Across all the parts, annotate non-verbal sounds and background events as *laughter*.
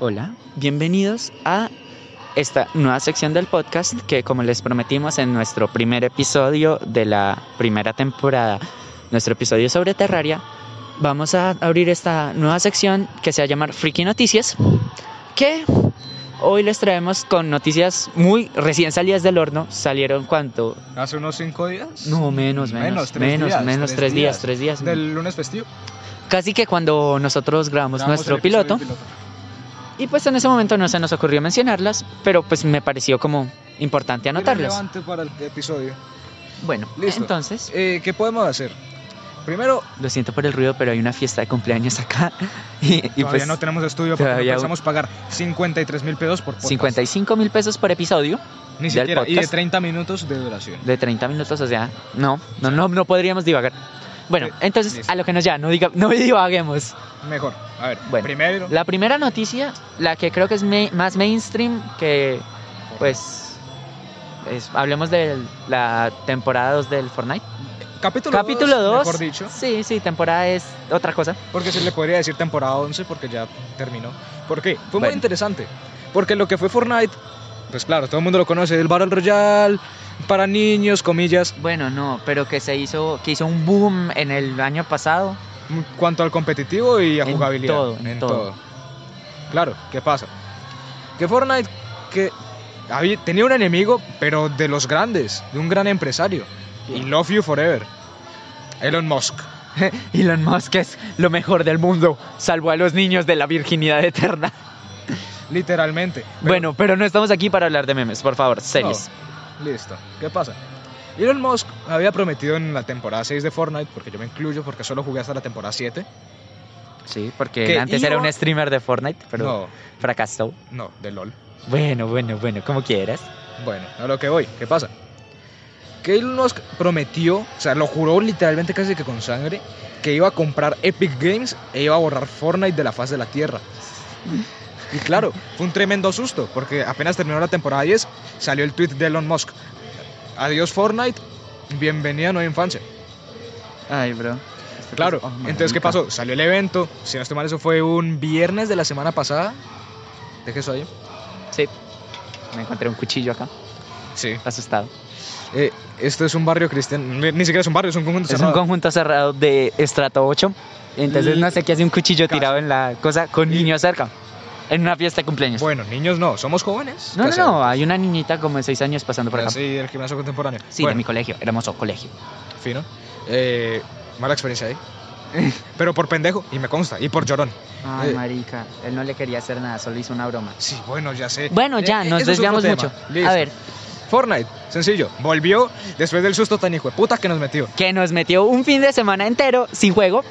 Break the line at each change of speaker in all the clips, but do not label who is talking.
Hola, bienvenidos a esta nueva sección del podcast que como les prometimos en nuestro primer episodio de la primera temporada, nuestro episodio sobre Terraria, vamos a abrir esta nueva sección que se va a llamar Freaky Noticias, que hoy les traemos con noticias muy recién salidas del horno, salieron cuánto,
¿Hace unos cinco días?
no menos, menos, menos, menos, menos, tres días, tres días,
Del lunes festivo.
casi que cuando nosotros grabamos
Grabamos
nuestro
el episodio
piloto. Y pues en ese momento no se nos ocurrió mencionarlas, pero pues me pareció como importante anotarlas.
Relevante para el episodio.
Bueno,
Listo.
entonces,
Eh, ¿Qué podemos hacer? Primero,
lo siento por el ruido, pero hay una fiesta de cumpleaños acá. *laughs* Y, y
todavía
pues
no tenemos estudio porque no
todavía aún-
pensamos pagar 53 mil pesos por podcast.
55 mil pesos por episodio
Ni
del
siquiera. Y de
podcast.
30 minutos de duración.
de 30 minutos, o sea, no, no, no, no podríamos divagar. Bueno,
Eh,
entonces
listo.
a lo que nos ya, no, diga, no *laughs* divaguemos.
Mejor. A ver,
Bueno,
primero.
La primera noticia, la que creo que es me- más mainstream, que pues es- hablemos de la temporada 2 del Fortnite.
capítulo 2.
Capítulo 2.
Mejor dicho.
Sí, sí, temporada es otra cosa.
Porque se le podría decir temporada 11 porque ya terminó. ¿Por qué? Fue
Bueno.
muy interesante. Porque lo que fue Fortnite, pues claro, todo el mundo lo conoce, el Battle Royale, para niños, comillas,
Bueno, no, pero que se hizo, que hizo un boom en el año pasado.
en cuanto al competitivo y a
En
jugabilidad.
todo, en todo.
Claro, ¿qué pasa? Que Fortnite que había- tenía un enemigo, pero de los grandes, de un gran empresario. Y Love You Forever. Elon Musk.
*laughs* Elon Musk es lo mejor del mundo, salvo a los niños de la virginidad eterna.
Literalmente. Pero-
bueno, pero no estamos aquí para hablar de memes, por favor, series.
Listo. ¿Qué pasa? Elon Musk había prometido en la temporada 6 de Fortnite, porque yo me incluyo, porque solo jugué hasta la temporada 7.
Sí, porque
Que
antes era
iba-
un streamer de Fortnite, pero fracasó.
No, no, de LOL.
Bueno, bueno, bueno, como quieras.
Bueno, a lo que voy, ¿qué pasa? Que Elon Musk prometió, o sea, lo juró literalmente casi que con sangre, que iba a comprar Epic Games e iba a borrar Fortnite de la faz de la tierra. Y claro, fue un tremendo susto, porque apenas terminó la temporada 10, salió el tweet de Elon Musk. Adiós Fortnite, bienvenida a nueva infancia.
Ay, bro. Oh,
Claro,
Ah,
entonces ¿qué pasó? Salió el evento, si no estoy mal, eso fue un viernes de la semana pasada. Deje eso ahí.
Sí, me encontré un cuchillo acá,
Sí.
asustado.
Eh, esto es un barrio cristiano, ni ni siquiera es un barrio, es un conjunto
Es un
cerrado.
conjunto cerrado de estrato 8. Entonces
Y-
no sé qué hace un cuchillo
Casi.
tirado en la cosa con
Y-
niños cerca. En una fiesta de cumpleaños.
Bueno, niños no, somos jóvenes.
no, no,
Casi.
no. Hay una niñita como de 6 años pasando por acá. Sí,
Sí, del gimnasio contemporáneo.
de
bueno,
mi colegio. Hermoso colegio.
fino. Eh, mala
*laughs*
experiencia ahí. Pero por pendejo, y me consta, y por llorón.
Ay,
Eh.
marica. Él no le quería hacer nada, solo hizo una broma.
Sí, bueno, ya sé.
Bueno,
Eh,
ya,
eh,
nos
eso es otro
desviamos
tema.
mucho.
Listo.
A ver,
Fortnite, sencillo, volvió después del susto tan hijo de puta que nos metió.
que nos metió un fin de semana entero sin juego,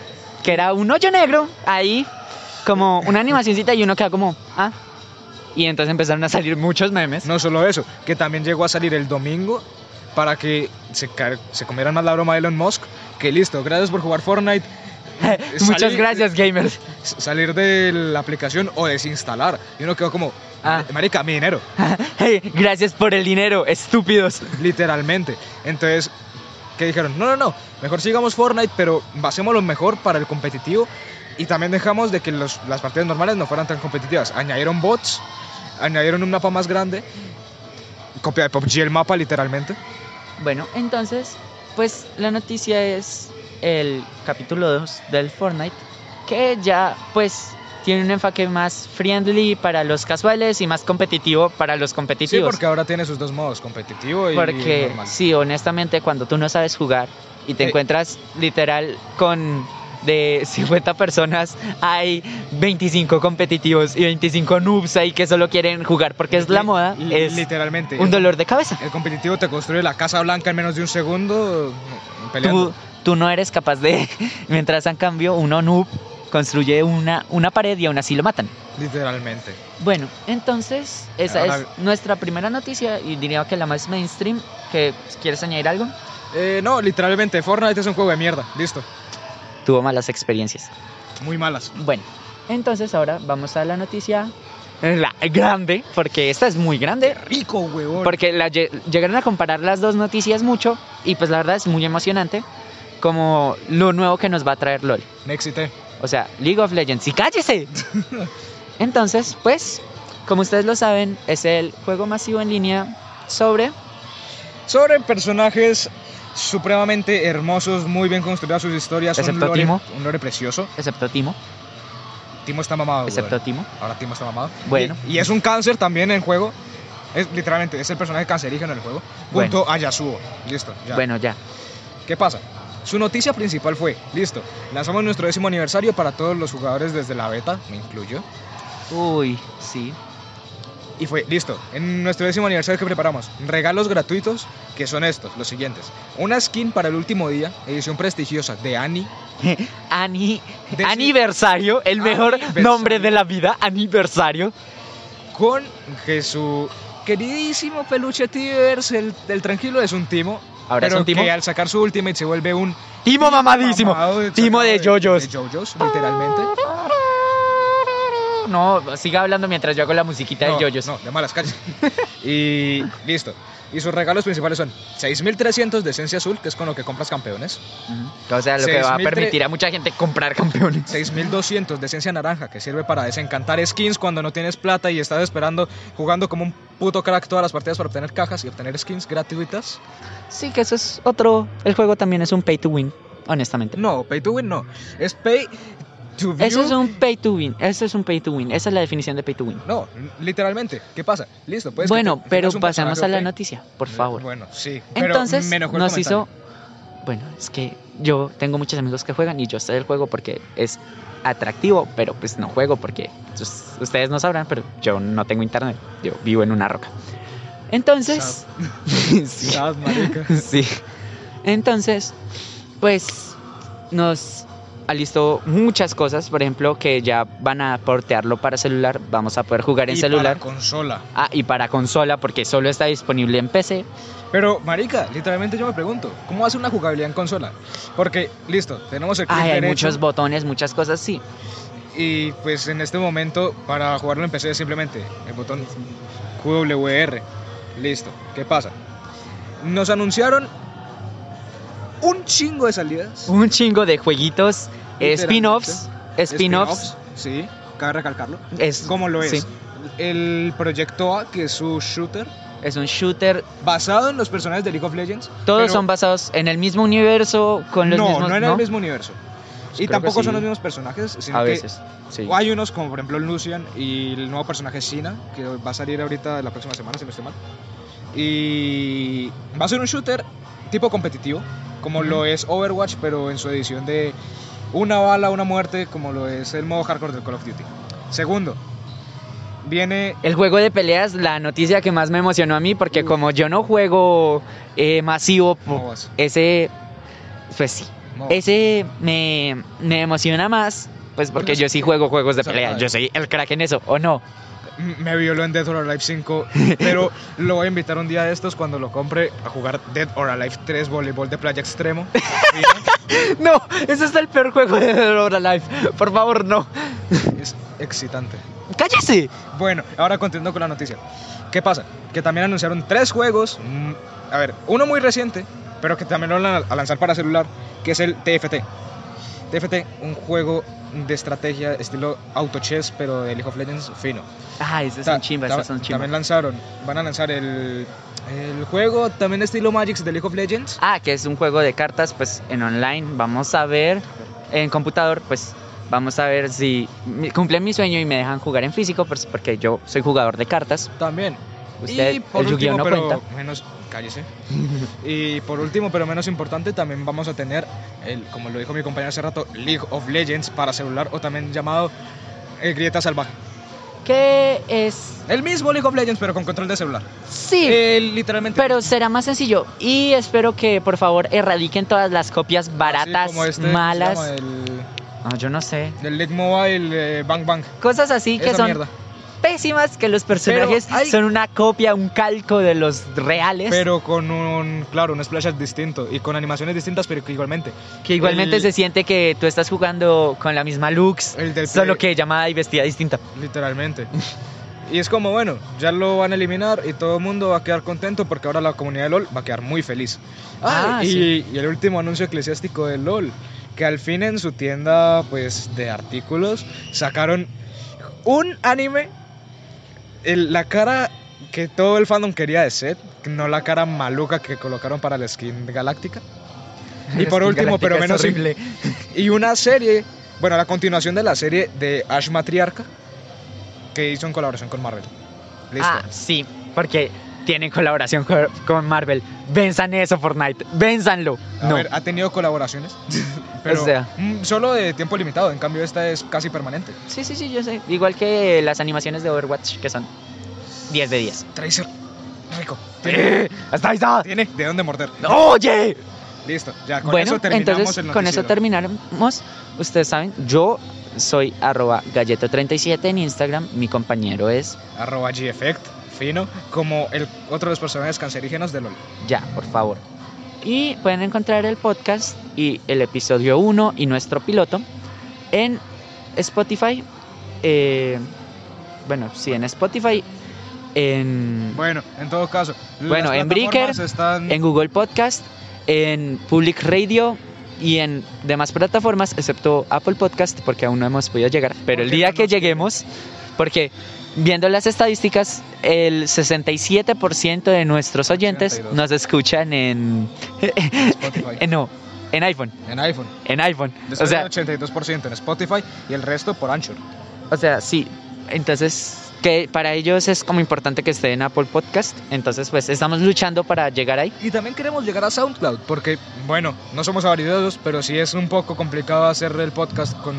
que era un hoyo negro, ahí, como una animacióncita y uno queda como, ah. Y entonces empezaron a salir muchos memes.
No solo eso, que también llegó a salir el domingo para que se, ca- se comieran más la broma de Elon Musk. Que listo, gracias por jugar Fortnite.
*laughs* Muchas
Salí-
gracias, gamers. *laughs*
s- Salir de la aplicación o desinstalar. Y uno quedó como,
Ah.
marica, mi dinero.
Hey, gracias por el dinero, estúpidos.
Literalmente. Entonces, ¿qué dijeron? No, no, no. Mejor sigamos Fortnite, pero basémoslo mejor para el competitivo. Y también dejamos de que los- las partidas normales no fueran tan competitivas. Añadieron bots, añadieron un mapa más grande. Copia de PUBG el mapa, literalmente.
Bueno, entonces, pues la noticia es el capítulo 2 del Fortnite, que ya pues tiene un enfoque más friendly para los casuales y más competitivo para los
Sí,
competitivos.
porque ahora tiene sus dos modos, competitivo y
Porque
normal.
sí, honestamente, cuando tú no sabes jugar y te
Eh.
encuentras literal con de 50 personas, hay 25 competitivos y 25 noobs ahí que solo quieren jugar porque es la
Li-
moda,
li-
es
literalmente.
un dolor de cabeza.
El competitivo te construye la Casa Blanca en menos de un segundo eh, peleando.
Tú, tú no eres capaz de, *laughs* mientras en cambio uno noob construye una, una pared y aún así lo matan.
Literalmente.
Bueno, entonces esa
Ahora-
es nuestra primera noticia y diría que la más mainstream, que pues, ¿quieres añadir algo?
Eh, no, literalmente, Fortnite es un juego de mierda. Listo.
Tuvo malas experiencias.
Muy malas.
Bueno, entonces ahora vamos a la noticia la grande, porque esta es muy grande.
Rico, huevón.
Porque la lle- llegaron a comparar las dos noticias mucho y pues la verdad es muy emocionante como lo nuevo que nos va a traer LOL.
Me excité. *laughs*
O sea, League of Legends. ¡Y cállese! Entonces, pues, como ustedes lo saben, es el juego masivo en línea sobre...
Sobre personajes supremamente hermosos, muy bien construidas sus historias.
Excepto
un lore,
Timo.
Un lore precioso.
Excepto Timo.
Ah, Timo está mamado.
Excepto
weón.
Timo.
Ahora Timo está mamado.
Bueno.
Y, y es un cáncer también en el juego. Es, literalmente, es el personaje cancerígeno en el juego.
Bueno.
Junto a Yasuo. Listo. ya.
Bueno, ya.
¿Qué pasa? Su noticia principal fue, listo, lanzamos nuestro décimo aniversario para todos los jugadores desde la beta, me incluyo.
Uy, sí. *laughs*
Y fue, listo, en nuestro décimo aniversario que preparamos, regalos gratuitos, que son estos, los siguientes. Una skin para el último día, edición prestigiosa de Annie.
Ani...
Deci-
Aniversario, el mejor
ah, Aniversario.
nombre de la vida, aniversario.
con que su queridísimo peluche Tibers, el, el tranquilo es un timo.
Ahora es
pero
un Timo.
que al sacar su ultimate se vuelve un
Timo mamadísimo.
mamado de-
Timo de yoyos.
De JoJo's, literalmente.
No, siga hablando mientras yo hago la musiquita
no,
de yoyos.
No, de malas calles. y listo. Y sus regalos principales son 6.300 de esencia azul, que es con lo que compras campeones.
Ujú. O sea, lo que va a
6.000
permitir a mucha gente comprar campeones.
6.200 de esencia naranja, que sirve para desencantar skins cuando no tienes plata y estás esperando, jugando como un puto crack todas las partidas para obtener cajas y obtener skins gratuitas.
Sí, que eso es otro. El juego también es un pay to win, honestamente.
No, pay to win no. Es pay to view.
Eso es un pay to win. Eso es un pay to win. Esa es la definición de pay to win.
No, literalmente. ¿Qué pasa? Listo, pues.
bueno, pero pasemos a la noticia, por favor.
Eh, Mm, Bueno, sí. pero
Entonces,
me enojó el
nos
comentario.
hizo. Bueno, es que yo tengo muchos amigos que juegan y yo sé del juego porque es atractivo, pero pues no juego porque us- ustedes no sabrán, pero yo no tengo internet. Yo vivo en una roca. Entonces. *laughs* sí.
Sad, marica.
*laughs* Sí. Entonces, pues nos alistó muchas cosas, por ejemplo, que ya van a portearlo para celular, vamos a poder jugar en
Y
celular.
para consola.
Ah, y para consola, porque solo está disponible en PC.
Pero, marica, literalmente yo me pregunto, ¿cómo hace una jugabilidad en consola? Porque, listo, tenemos *laughs* el clic
Ay, hay
derecho
muchos botones, muchas cosas, sí.
y pues en este momento para jugarlo en PC es simplemente el botón QWR. Listo, ¿qué pasa? Nos anunciaron un chingo de salidas.
Un chingo de jueguitos, eh,
Literalmente.
spin-offs, spin-offs.
Sí, cabe recalcarlo.
Es,
Como lo es.
sí,
El proyecto A, que es su shooter,
es un shooter.
basado en los personajes de League of Legends.
Todos
pero-
son basados en el mismo universo, con los
no,
mismos...
no en
¿no?
el mismo universo.
Pues creo
Y
que
tampoco son
sí,
los mismos personajes, sino
A
que
veces, sí.
hay unos como por ejemplo Lucian y el nuevo personaje Sina, que va a salir ahorita la próxima semana, si no estoy mal. Y va a ser un shooter tipo competitivo, como
Ujú.
lo es Overwatch, pero en su edición de una bala, una muerte, como lo es el modo hardcore del Call of Duty. Segundo, viene
El juego de peleas, la noticia que más me emocionó a mí, porque
Uf.
como yo no juego eh, masivo, pu-
MOBAs,
ese, pues sí,
MOBAs.
ese me, me emociona más, pues porque
Porque
yo sí juego juegos de
o sea,
pelea,
a
yo
ver.
soy el crack en eso, ¿o no?
M- Me violó en Dead or
*laughs*
Alive 5, pero lo voy a invitar un día de estos cuando lo compre a jugar Dead or Alive 3 voleibol de playa
*laughs*
extremo. Y
No, ese es el peor juego de Dead or Alive, por favor, no.
es excitante.
¡Cállese!
Bueno, ahora continuando con la noticia. ¿Qué pasa? Que también anunciaron tres juegos. mm, A ver, uno muy reciente, pero que también lo van a- a lanzar para celular, que es el TFT. TFT, un juego de estrategia estilo auto chess, pero de League of Legends fino.
Ah, ese es
Ta-
un chimba,
ta-
ese es un
También
chimba.
lanzaron, van a lanzar el, el juego también estilo Magic de League of Legends.
Ah, que es un juego de cartas, pues en online, vamos a ver, en computador, pues vamos a ver si mi- cumplen mi sueño y me dejan jugar en físico, pues, porque yo soy jugador de cartas.
También.
Usted,
y por
el Yu-Gi-Oh
último,
no
pero
cuenta.
menos, cállese. *laughs* Y por último, pero menos importante, también vamos a tener, el, como lo dijo mi compañero hace rato, League of Legends para celular o también llamado eh, Grieta Salvaje.
Que es...
El mismo League of Legends, pero con control de celular.
Sí,
Eh, literalmente.
pero será más sencillo. Y espero que por favor erradiquen todas las copias
así
baratas,
como este, ¿cómo se
malas.
llama? El,
No, yo no sé.
del League Mobile eh, Bang Bang.
Cosas así que
Esa
son
mierda.
pésimas, que los personajes
hay-
son una copia, un calco de los reales,
Pero con un, claro, un splash art distinto y con animaciones distintas, pero que igualmente.
que igualmente
el-
se siente que tú estás jugando con la misma looks,
El del
solo
play-
que llamada y vestida distinta.
Literalmente. *laughs* Y es como, bueno, ya lo van a eliminar y todo el mundo va a quedar contento porque ahora la comunidad de LOL va a quedar muy feliz.
Ah,
Ah, y,
sí.
y el último anuncio eclesiástico de LOL, que al fin en su tienda pues de artículos sacaron un anime, el- la cara que todo el fandom quería de Seth, no la cara maluca que colocaron para la skin galáctica.
*laughs*
Y por
Skin
último, pero
Galáctica es horrible.
menos im- *laughs* Y una serie, bueno, la continuación de la serie de Ash Matriarca, que hizo en colaboración con Marvel. Listo.
Ah, sí, porque tienen colaboración co- con Marvel. Venzan eso, Fortnite. Vénzanlo.
A
no.
ver, ha
*laughs*
tenido colaboraciones, pero
O sea.
mm, solo de tiempo limitado. En cambio, esta es casi permanente.
Sí, sí, sí, yo sé. Igual que las animaciones de Overwatch, que son 10 de 10.
Tracer, rico. Tiene,
¡Eh! *laughs* ¡Hasta ahí está!
tiene de dónde morder.
¡Oye!
Listo, ya Ah, con
Bueno,
eso terminamos
entonces
el
con eso
noticiero.
terminamos. Ustedes saben, yo soy arroba galleta37 en Instagram. Mi compañero es...
Arroba G-Effect, fino, como el otro de los personajes cancerígenos de LOL.
Ya, por favor. Y pueden encontrar el podcast y el episodio 1 y nuestro piloto en Spotify. eh, bueno, sí, en Spotify, en,
Bueno, en todo caso. las
Bueno, en
plataformas
Breaker,
están
en Google Podcast, en Public Radio y en demás plataformas, excepto Apple Podcast, porque aún no hemos podido llegar. Pero el
Porque
día
no
que
nos
lleguemos, porque viendo las estadísticas, el 67% de nuestros oyentes
82.
nos escuchan en... *laughs*
Spotify.
eh, no, en iPhone.
en iPhone.
en iPhone. O
Después
sea,
el 82% en Spotify y el resto por Anchor.
o sea, sí. Entonces, que para ellos es como importante que esté en Apple Podcast. Entonces, pues estamos luchando para llegar ahí.
Y también queremos llegar a SoundCloud porque, bueno, no somos habilidosos, pero sí es un poco complicado hacer el podcast con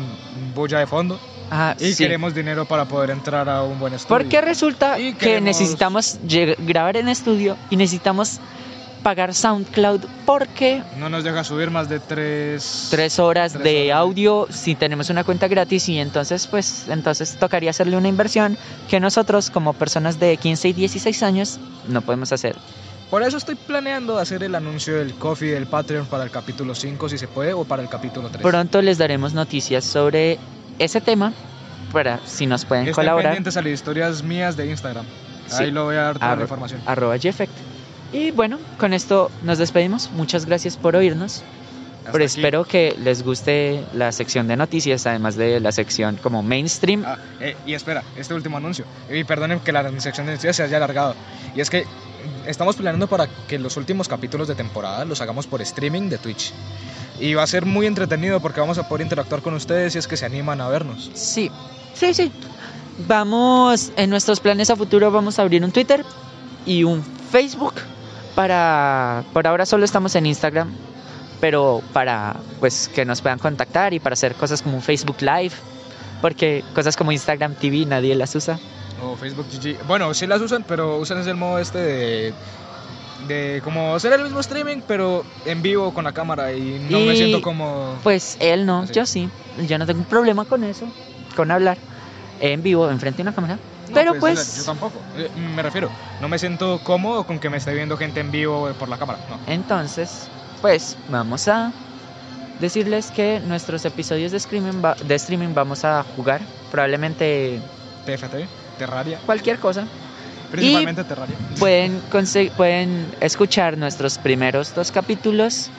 bulla de fondo.
Ah,
Y
sí.
queremos dinero para poder entrar a un buen estudio.
Porque resulta
Y
que
queremos-
necesitamos lleg- grabar en estudio y necesitamos pagar SoundCloud porque
No nos deja subir más de tres...
tres horas
Tres
de
horas.
audio si tenemos una cuenta gratis y entonces pues entonces tocaría hacerle una inversión que nosotros como personas de 15 y 16 años no podemos hacer.
Por eso estoy planeando hacer el anuncio del coffee del Patreon para el capítulo 5, si se puede, o para el capítulo 3.
Pronto les daremos noticias sobre ese tema para si nos pueden
Estén
colaborar.
pendientes a las historias mías de Instagram.
Sí.
Ahí lo voy a dar toda
Arro-
la información.
Arroba Jeffect. Y bueno, con esto nos despedimos. Muchas gracias por oírnos.
Hasta
Pero
aquí.
espero que les guste la sección de noticias, además de la sección como mainstream.
Ah, eh, y espera, este último anuncio. Y perdonen que la sección de noticias se haya alargado. Y es que mm, estamos planeando para que los últimos capítulos de temporada los hagamos por streaming de Twitch. Y va a ser muy entretenido porque vamos a poder interactuar con ustedes si es que se animan a vernos.
Sí, sí, sí. Vamos, en nuestros planes a futuro vamos a abrir un Twitter y un Facebook para, por ahora solo estamos en Instagram, pero para pues que nos puedan contactar y para hacer cosas como un Facebook Live, porque cosas como Instagram TV nadie las usa.
O Facebook GG. Bueno, sí las usan, pero usan es el modo este de. De como hacer el mismo streaming, pero en vivo con la cámara. Y no me
Y-
siento como.
Pues él no,
Así.
yo sí, yo no tengo un problema con eso, con hablar en vivo, enfrente de una cámara.
No,
pero
o sea,
pues-
yo tampoco. Eh, Me refiero, no me siento cómodo con que me esté viendo gente en vivo eh, por la cámara. No.
Entonces, pues vamos a decirles que nuestros episodios de streaming, va- de streaming vamos a jugar probablemente
TFT, Terraria,
cualquier cosa.
principalmente Terraria.
Pueden, conse- pueden escuchar nuestros primeros dos capítulos.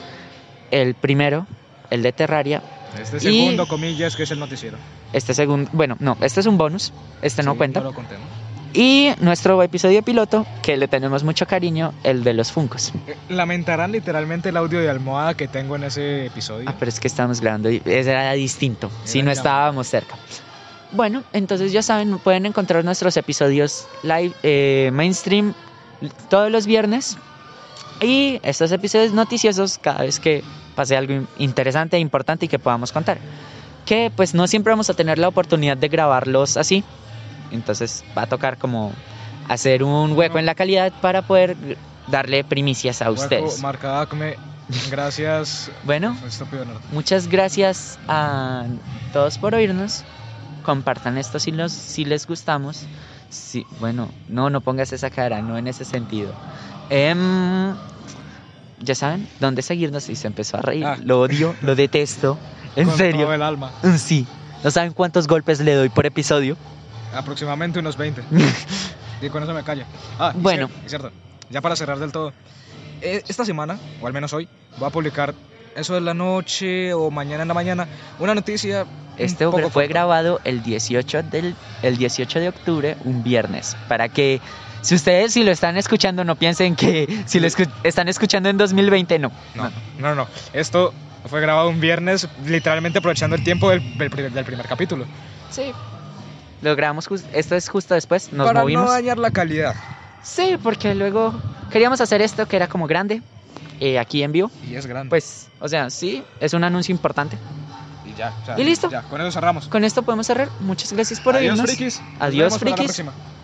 El primero, el de Terraria.
Este
y-
segundo, comillas, que es el noticiero.
Este segundo, bueno, no, este es un bonus, este no
Sí,
cuenta.
No lo conté, ¿no?
Y nuestro episodio piloto, que le tenemos mucho cariño, el de los Funcos.
Eh, Lamentarán literalmente el audio de almohada que tengo en ese episodio.
Ah, pero es que estábamos grabando y ese era distinto. Si no
ya.
estábamos cerca. Bueno, entonces ya saben, pueden encontrar nuestros episodios live, eh, mainstream, todos los viernes. Y estos episodios noticiosos cada vez que pase algo in- interesante e importante y que podamos contar. Que pues no siempre vamos a tener la oportunidad de grabarlos así. Entonces va a tocar como hacer un hueco en la calidad para poder darle primicias a
Hueco,
ustedes.
Marca Acme, gracias. *laughs*
Bueno,
Estúpido nerd.
Muchas gracias a todos por oírnos. Compartan esto si, los, si les gustamos. Si, bueno, no, no pongas esa cara, no en ese sentido. Em, ya saben, ¿dónde seguirnos? Y se empezó a reír.
Ah.
Lo odio, lo detesto. En
*laughs* Con Todo
serio.
el alma.
Mm, Sí. No saben cuántos golpes le doy por episodio.
Aproximadamente
*laughs*
unos 20. y con eso me callo. Ah, y
Bueno.
cier- y cierto, ya para cerrar del todo. eh, Esta semana, o al menos hoy, voy a publicar eso de la noche o mañana en la mañana, una noticia
Este
poco
ogre fue
corto.
grabado el 18, del, el 18 de octubre, un viernes. Para que, si ustedes si lo están escuchando, no piensen que si lo escu- están escuchando en 2020, no.
No, no, no. Esto fue grabado un viernes, literalmente aprovechando el tiempo del, del pri- del primer capítulo.
Sí. Lo grabamos, jus- esto es justo después, nos
Para
movimos.
no dañar la calidad.
Sí, porque luego queríamos hacer esto que era como grande, eh, aquí en vivo.
Y es grande.
Pues, o sea, sí, es un anuncio importante.
y ya. o sea,
y listo.
Ya, con eso cerramos.
Con esto podemos cerrar. Muchas gracias por
Adiós,
oírnos.
frikis. Nos
Adiós,
vemos para la
frikis.
próxima.